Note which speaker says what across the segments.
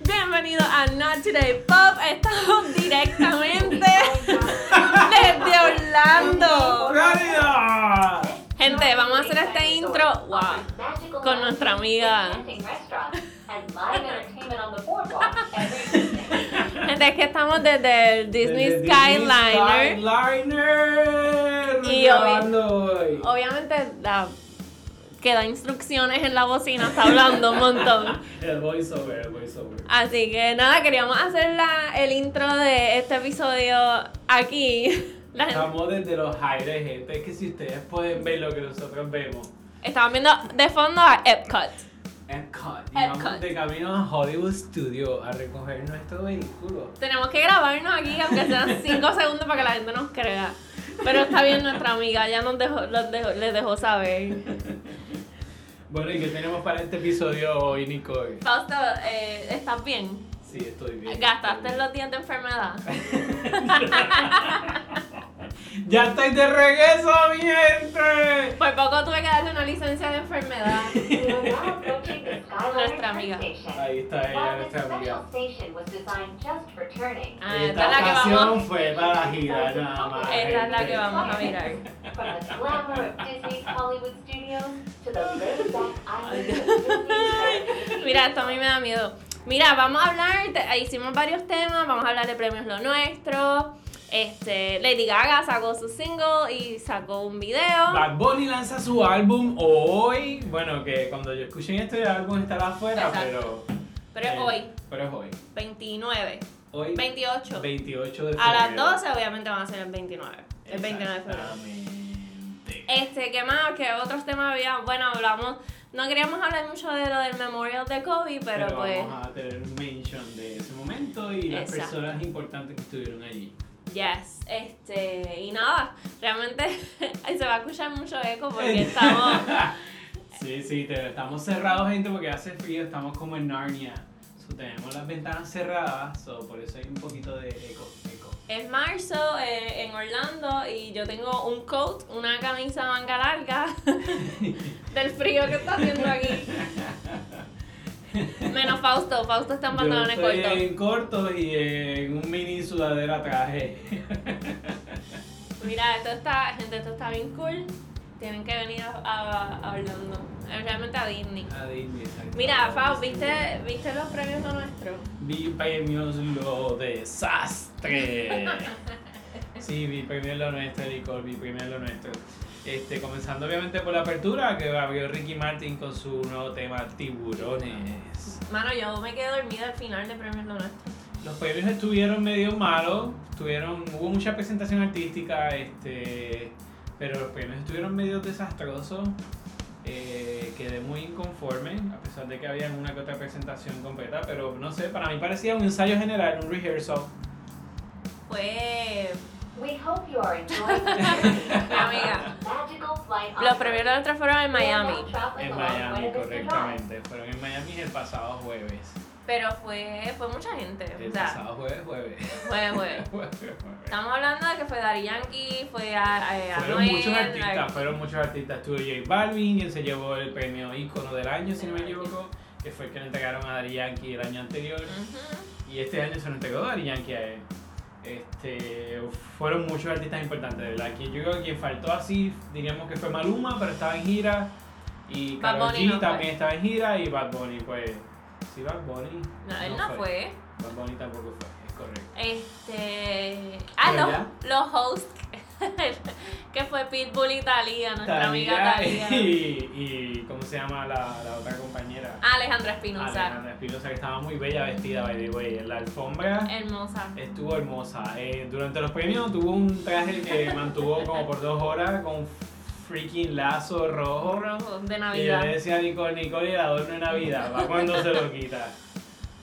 Speaker 1: bienvenidos a Not Today Pop. Estamos directamente desde Orlando.
Speaker 2: ¡Florida!
Speaker 1: Gente, vamos a hacer este intro wow, con nuestra amiga. Gente, es que estamos desde el Disney
Speaker 2: Desde
Speaker 1: Skyliner.
Speaker 2: Skyliner.
Speaker 1: Y Oh.
Speaker 2: grabando hoy.
Speaker 1: Obviamente la- que da instrucciones en la bocina, está hablando un montón.
Speaker 2: El voiceover, el voiceover.
Speaker 1: Así que nada, queríamos hacer la, el intro de este episodio aquí. La gente-
Speaker 2: Estamos desde los aires, gente. Es que si ustedes pueden ver lo que nosotros vemos.
Speaker 1: Estaban viendo de fondo a Epcot.
Speaker 2: Epcot. Y
Speaker 1: Epcot.
Speaker 2: vamos de camino a Hollywood Studio a recoger nuestro vehículo.
Speaker 1: Tenemos que grabarnos aquí, aunque sean 5 segundos para que la gente nos crea. Pero está bien, nuestra amiga ya nos dejó, los dejó- les dejó saber.
Speaker 2: Bueno, ¿y qué tenemos para este episodio hoy, Nicole?
Speaker 1: Fausto, eh, ¿estás bien?
Speaker 2: Sí, estoy bien.
Speaker 1: ¿Gastaste los días de enfermedad?
Speaker 2: ¡Ya estoy de regreso, mi gente!
Speaker 1: Por poco tuve que darle una licencia de enfermedad. Nuestra amiga.
Speaker 2: Ahí está ella, nuestra amiga.
Speaker 1: Ah, esta
Speaker 2: Esta
Speaker 1: es la que
Speaker 2: ocasión
Speaker 1: vamos.
Speaker 2: fue para girar nada más.
Speaker 1: Esta es la que
Speaker 2: gente.
Speaker 1: vamos a mirar. Mira, esto a mí me da miedo. Mira, vamos a hablar, te- hicimos varios temas, vamos a hablar de premios lo nuestro. Este, Lady Gaga sacó su single y sacó un video.
Speaker 2: Bad Bunny lanza su álbum hoy. Bueno, que cuando yo escuchen este álbum estará afuera,
Speaker 1: Exacto.
Speaker 2: pero.
Speaker 1: Pero es
Speaker 2: eh,
Speaker 1: hoy,
Speaker 2: Pero es hoy.
Speaker 1: 29,
Speaker 2: Hoy,
Speaker 1: 28.
Speaker 2: 28 de
Speaker 1: A
Speaker 2: febrero.
Speaker 1: las 12 obviamente van a ser el 29. El 29 de febrero.
Speaker 2: Exactamente.
Speaker 1: Este, ¿qué más? ¿Qué otros temas había? Bueno, hablamos, no queríamos hablar mucho de lo del memorial de Kobe, pero, pues,
Speaker 2: vamos a tener un mention de ese momento y las
Speaker 1: Exacto.
Speaker 2: personas importantes que estuvieron allí.
Speaker 1: yes. Este, y nada, realmente se va a escuchar mucho eco porque estamos...
Speaker 2: sí, sí, te- estamos cerrados, gente, porque hace frío, estamos como en Narnia. So, tenemos las ventanas cerradas, so, por eso hay un poquito de eco. eco.
Speaker 1: Es marzo eh, en Orlando y yo tengo un coat, una camisa manga larga del frío que está haciendo aquí. Menos Fausto, Fausto está en
Speaker 2: Yo
Speaker 1: pantalones
Speaker 2: estoy
Speaker 1: cortos.
Speaker 2: en corto y en un mini sudadera traje.
Speaker 1: Mira, esto está, gente, esto está bien cool. Tienen que venir a, a- a Orlando, eh, realmente a Disney.
Speaker 2: A Disney, exacto.
Speaker 1: Mira, Fausto, ¿viste, ¿viste los premios lo nuestro?
Speaker 2: Vi premios lo desastre. Sí, vi premios lo nuestro, Nicole, vi premios lo nuestro. Este, comenzando obviamente por la apertura que abrió Ricky Martin con su nuevo tema Tiburones.
Speaker 1: Mano, yo me quedé dormida al final de premios lo nuestro.
Speaker 2: Los premios estuvieron medio malos, tuvieron, hubo mucha presentación artística, este, pero los premios estuvieron medio desastrosos. Eh, quedé muy inconforme, a pesar de que había una que otra presentación completa, pero no sé, para mí parecía un ensayo general, un rehearsal.
Speaker 1: Fue mi
Speaker 3: amiga.
Speaker 1: amiga. Los premios lo nuestro fueron en Miami.
Speaker 2: En Miami, correctamente. Fueron en Miami el pasado jueves.
Speaker 1: Pero fue, fue mucha gente.
Speaker 2: El
Speaker 1: o sea,
Speaker 2: pasado jueves, jueves.
Speaker 1: fue, fue.
Speaker 2: Jueves, jueves.
Speaker 1: Estamos hablando de que fue Daddy Yankee, fue a, a- a
Speaker 2: Fueron
Speaker 1: Anuel,
Speaker 2: muchos artistas,
Speaker 1: like,
Speaker 2: fueron muchos artistas. Estuvo J Balvin, él se llevó el premio ícono del año, si no me equivoco, que fue el que le entregaron a Daddy Yankee el año anterior.
Speaker 1: ujú.
Speaker 2: Y este año se lo entregó Daddy Yankee a él. Este, fueron muchos artistas importantes, de verdad. Quien- Yo creo que quien faltó así, diríamos que fue Maluma, pero estaba en gira. Y
Speaker 1: Bad
Speaker 2: Karol
Speaker 1: Bunny
Speaker 2: G
Speaker 1: no fue.
Speaker 2: también estaba en gira y Bad Bunny, pues... Sí, Bad Bunny.
Speaker 1: No, él no fue.
Speaker 2: Bad Bunny tampoco fue, es correcto.
Speaker 1: Este. Ah,
Speaker 2: Pero
Speaker 1: los, los hosts. que fue Pitbull y Thalía, nuestra amiga
Speaker 2: Thalía
Speaker 1: Thalía.
Speaker 2: y, y ¿cómo se llama la, la otra compañera?
Speaker 1: Alejandra Espinosa.
Speaker 2: Alejandra Espinosa, que estaba muy bella vestida, by the way. La alfombra
Speaker 1: Hermosa.
Speaker 2: estuvo hermosa. Eh, durante los premios tuvo un traje que mantuvo como por dos horas con un freaking lazo rojo.
Speaker 1: Rojo, de
Speaker 2: Y yo
Speaker 1: Navidad.
Speaker 2: le decía a Nicole, Nicole, el adorno de Navidad, va cuando se lo quita.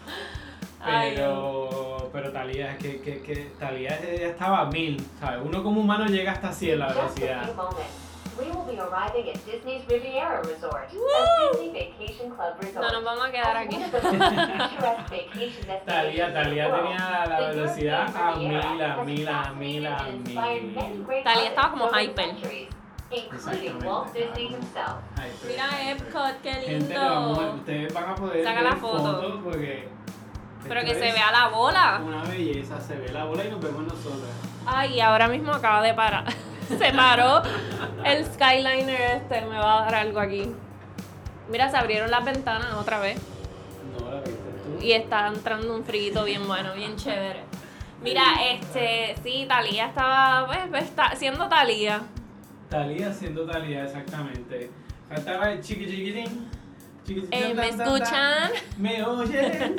Speaker 1: Ay,
Speaker 2: Pero, pero Talía, es que, que, que Talía ya estaba a mil, ¿sabes? Uno como humano llega hasta 100 la velocidad.
Speaker 1: No nos vamos a quedar aquí.
Speaker 2: Talía, Talía tenía la velocidad Ah, a mil, a mil, a mil, a mil.
Speaker 1: Talía estaba como hyper.
Speaker 2: Ay, pero-
Speaker 1: Mira Epcot, qué
Speaker 2: Gente, lo vamos a-
Speaker 1: lindo.
Speaker 2: ustedes van a poder
Speaker 1: Saca
Speaker 2: ver
Speaker 1: la foto.
Speaker 2: fotos porque
Speaker 1: Pero
Speaker 3: Esto
Speaker 1: que se
Speaker 3: es
Speaker 1: vea la bola.
Speaker 3: Una belleza, se ve la bola y nos vemos nosotros.
Speaker 1: Ay, ahora mismo acaba de parar. Se paró el Skyliner este, me va a dar algo aquí. Mira, se abrieron las ventanas otra vez
Speaker 3: No la viste tú.
Speaker 1: y está entrando un frito bien bueno, bien chévere. Mira, este, sí, Talía estaba, pues, pues, está siendo Talía.
Speaker 2: Talía siendo Talía, exactamente. Faltaba el chiqui chiquitín. chiqui
Speaker 1: Eh,
Speaker 2: chiquitín,
Speaker 1: ¿Me
Speaker 2: tan, tan, tan.
Speaker 1: escuchan?
Speaker 2: Me oyen.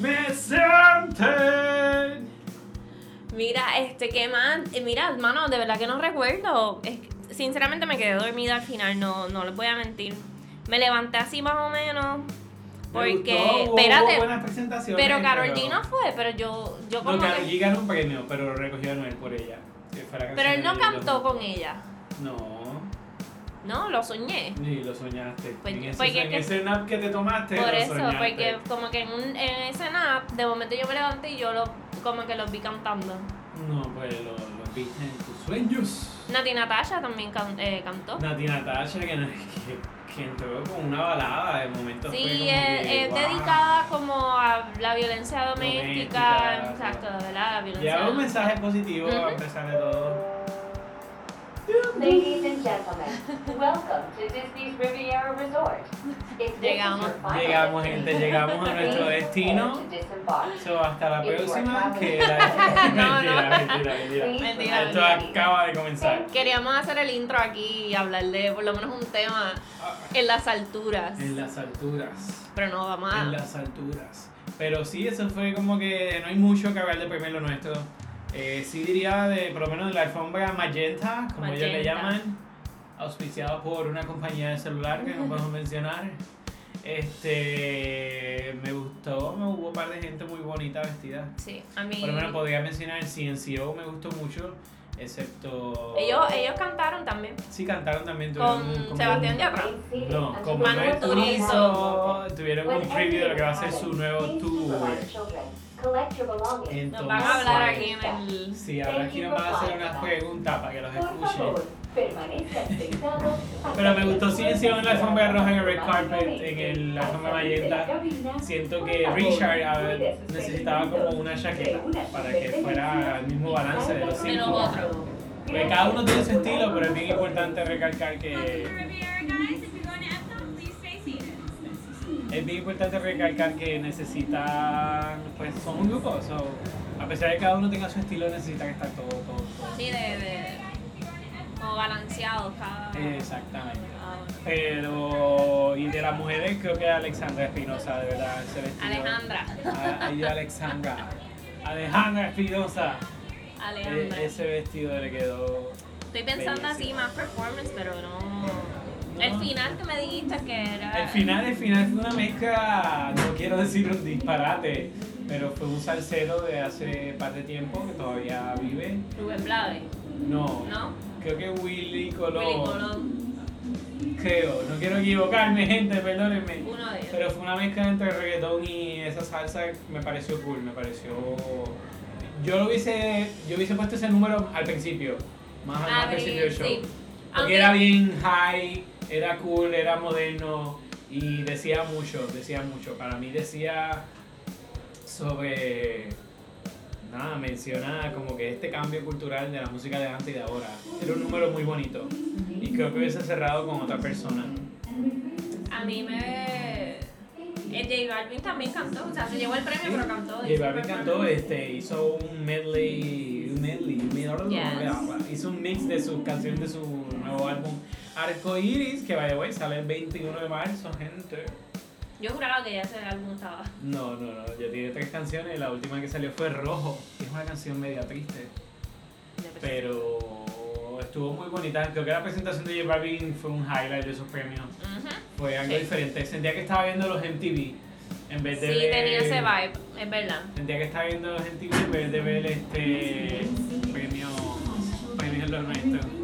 Speaker 2: me sienten.
Speaker 1: Mira, este, ¿qué más? Eh, Mira, hermano, de verdad que no recuerdo. Es que, sinceramente me quedé dormida al final, no, no les voy a mentir. Me levanté así más o menos.
Speaker 2: Me
Speaker 1: Porque,
Speaker 2: gustó, hubo-
Speaker 1: espérate,
Speaker 2: hubo buenas presentaciones,
Speaker 1: pero Carol G no fue, pero yo, yo
Speaker 2: No,
Speaker 1: como
Speaker 2: Karol
Speaker 1: que,
Speaker 2: G ganó un premio, pero recogió a Noel por ella. que fue la
Speaker 1: Pero
Speaker 2: canción
Speaker 1: él no
Speaker 2: de-
Speaker 1: cantó con ella,
Speaker 2: No,
Speaker 1: ¿no? Lo soñé.
Speaker 2: ni lo soñaste.
Speaker 1: Pues-
Speaker 2: en ese,
Speaker 1: porque
Speaker 2: en
Speaker 1: que-
Speaker 2: ese nap que te tomaste,
Speaker 1: Por
Speaker 2: lo
Speaker 1: eso,
Speaker 2: soñaste.
Speaker 1: porque como que en, un, en ese nap, de momento yo me levanté y yo lo, como que los vi cantando.
Speaker 2: No, pues lo, lo viste en tus sueños.
Speaker 1: Nati Natasha también can- eh, cantó.
Speaker 2: Nati Natasha que, que, que entró con una balada de momento. fue como
Speaker 1: Sí, eh, es,
Speaker 2: que,
Speaker 1: es
Speaker 2: "Wow".
Speaker 1: dedicada como a la violencia doméstica,
Speaker 2: Doméstica,
Speaker 1: exacto, ¿verdad? La violencia
Speaker 2: Lleva un mensaje positivo
Speaker 1: Ujú.
Speaker 2: a pesar de todo.
Speaker 4: Ladies and gentlemen, welcome to Disney's Riviera Resort. If this is your
Speaker 1: Llegamos.
Speaker 4: final
Speaker 2: Llegamos,
Speaker 4: destination,
Speaker 2: gente, llegamos a nuestro
Speaker 4: please
Speaker 2: destino.
Speaker 4: prepare to disembark.
Speaker 2: So, hasta la
Speaker 4: If you are
Speaker 2: próxima.
Speaker 4: traveling-
Speaker 2: Que la...
Speaker 1: No, no.
Speaker 2: mentira, mentira, mentira,
Speaker 4: Please
Speaker 1: Mentira,
Speaker 4: remain
Speaker 2: Esto
Speaker 4: seated.
Speaker 2: acaba de comenzar.
Speaker 1: Queríamos hacer el intro aquí y hablar de por lo menos un tema en las alturas.
Speaker 2: En las alturas.
Speaker 1: Pero no, vamos a...
Speaker 2: En las alturas. Pero sí, eso fue como que no hay mucho que hablar de primero nuestro. Eh, sí diría de, por lo menos de la alfombra magenta, como ellos le
Speaker 1: Magenta.
Speaker 2: llaman, auspiciada por una compañía de celular que no podemos mencionar. Este, me gustó, me hubo un par de gente muy bonita vestida.
Speaker 1: Sí, a mí...
Speaker 2: Por lo menos podría mencionar el CNCO, me gustó mucho, excepto...
Speaker 1: Ellos, ellos cantaron también
Speaker 2: Sí cantaron también. tuvieron un- como
Speaker 1: con
Speaker 2: un-
Speaker 1: Sebastián Yatra.
Speaker 2: No,
Speaker 4: Please
Speaker 2: como
Speaker 4: remain
Speaker 1: Manuel
Speaker 2: Manuel
Speaker 4: seated.
Speaker 2: Turizo tuvieron
Speaker 4: When
Speaker 2: un preview de lo que va a ser
Speaker 4: entering
Speaker 2: su
Speaker 4: the
Speaker 2: nuevo
Speaker 4: cabin, please
Speaker 2: tour.
Speaker 4: provide children. Collect your belongings.
Speaker 1: Nos van a hablar aquí
Speaker 2: Entonces,
Speaker 1: en el...
Speaker 2: sí, ahora aquí nos van a hacer unas preguntas para que los
Speaker 4: Por
Speaker 2: escuchen.
Speaker 4: favor, permanezcan sentados hasta
Speaker 2: Pero me
Speaker 4: que
Speaker 2: gustó
Speaker 4: el
Speaker 2: sí encima en la alfombra roja en el red
Speaker 4: provide
Speaker 2: carpet, en
Speaker 4: children.
Speaker 2: el- la alfombra
Speaker 4: Al salir de la
Speaker 2: magenta.
Speaker 4: cabina,
Speaker 2: Siento
Speaker 4: por
Speaker 2: que
Speaker 4: favor,
Speaker 2: Richard a ver,
Speaker 4: cuide sus
Speaker 2: necesitaba como
Speaker 4: pertenencias.
Speaker 2: una chaqueta
Speaker 4: Reúna
Speaker 2: para
Speaker 4: sus
Speaker 2: que fuera el mismo balance de los
Speaker 1: De los
Speaker 2: cinco.
Speaker 1: otros.
Speaker 2: Porque cada uno tiene su estilo, pero es bien importante recalcar que es bien importante recalcar que necesitan, pues son un grupo, so, a pesar de que cada uno tenga su estilo, necesitan estar todo, todo, todo.
Speaker 1: Sí, de... de como balanceados cada...
Speaker 2: Exactamente.
Speaker 1: Ah, bueno.
Speaker 2: Pero, y de las mujeres, creo que Alexandra Espinosa, de verdad, se vestido.
Speaker 1: Alejandra.
Speaker 2: Ah, y Alexandra. Alejandra Espinosa. E-
Speaker 1: Alejandra.
Speaker 2: ese vestido le quedó.
Speaker 1: Estoy pensando así
Speaker 2: bellísimo.
Speaker 1: más performance, pero no. El final que me dijiste que era.
Speaker 2: El final, el final fue una mezcla, no quiero decir un disparate, pero fue un salsero de hace par de tiempo que todavía vive.
Speaker 1: Rubén Blades,
Speaker 2: No,
Speaker 1: ¿no?
Speaker 2: creo que Willy Colón.
Speaker 1: Willy Colón,
Speaker 2: Creo, no quiero equivocarme, gente, perdónenme.
Speaker 1: uno de ellos.
Speaker 2: Pero fue una mezcla entre reggaetón y esa salsa que me pareció cool, me pareció... Yo lo hubiese, yo hubiese puesto ese número al principio, más al
Speaker 1: Ah,
Speaker 2: más al principio del show.
Speaker 1: sí.
Speaker 2: Porque
Speaker 1: Aunque-
Speaker 2: era bien high, era cool, era moderno y decía mucho, decía mucho. Para mí decía sobre... Nada, menciona como que este cambio cultural de la música de antes y de ahora. Era un número muy bonito y creo que hubiese cerrado con otra persona.
Speaker 1: A mí me. El J Balvin también cantó, o sea, se llevó el premio, pero cantó.
Speaker 2: J
Speaker 1: hizo
Speaker 2: Balvin cantó,
Speaker 1: performance.
Speaker 2: este, hizo un medley, un medley, un medley,
Speaker 1: Yes.
Speaker 2: hizo un mix de sus canciones de su nuevo álbum Arcoiris, que by the way sale el 21 de marzo, gente.
Speaker 1: Yo juraba que ya ese álbum estaba.
Speaker 2: No, no, no, yo tiene tres canciones, la última que salió fue Rojo, que es una canción media triste, pero estuvo muy bonita. Creo que la presentación de J Balvin fue un highlight de esos premios,
Speaker 1: Ujú.
Speaker 2: fue algo
Speaker 1: Sí.
Speaker 2: diferente. Sentía que estaba viendo los MTV en vez
Speaker 1: Sí,
Speaker 2: de ver-
Speaker 1: tenía ese vibe, es verdad.
Speaker 2: Sentía que estaba viendo los en TV en vez de ver este premio, premio en lo nuestro.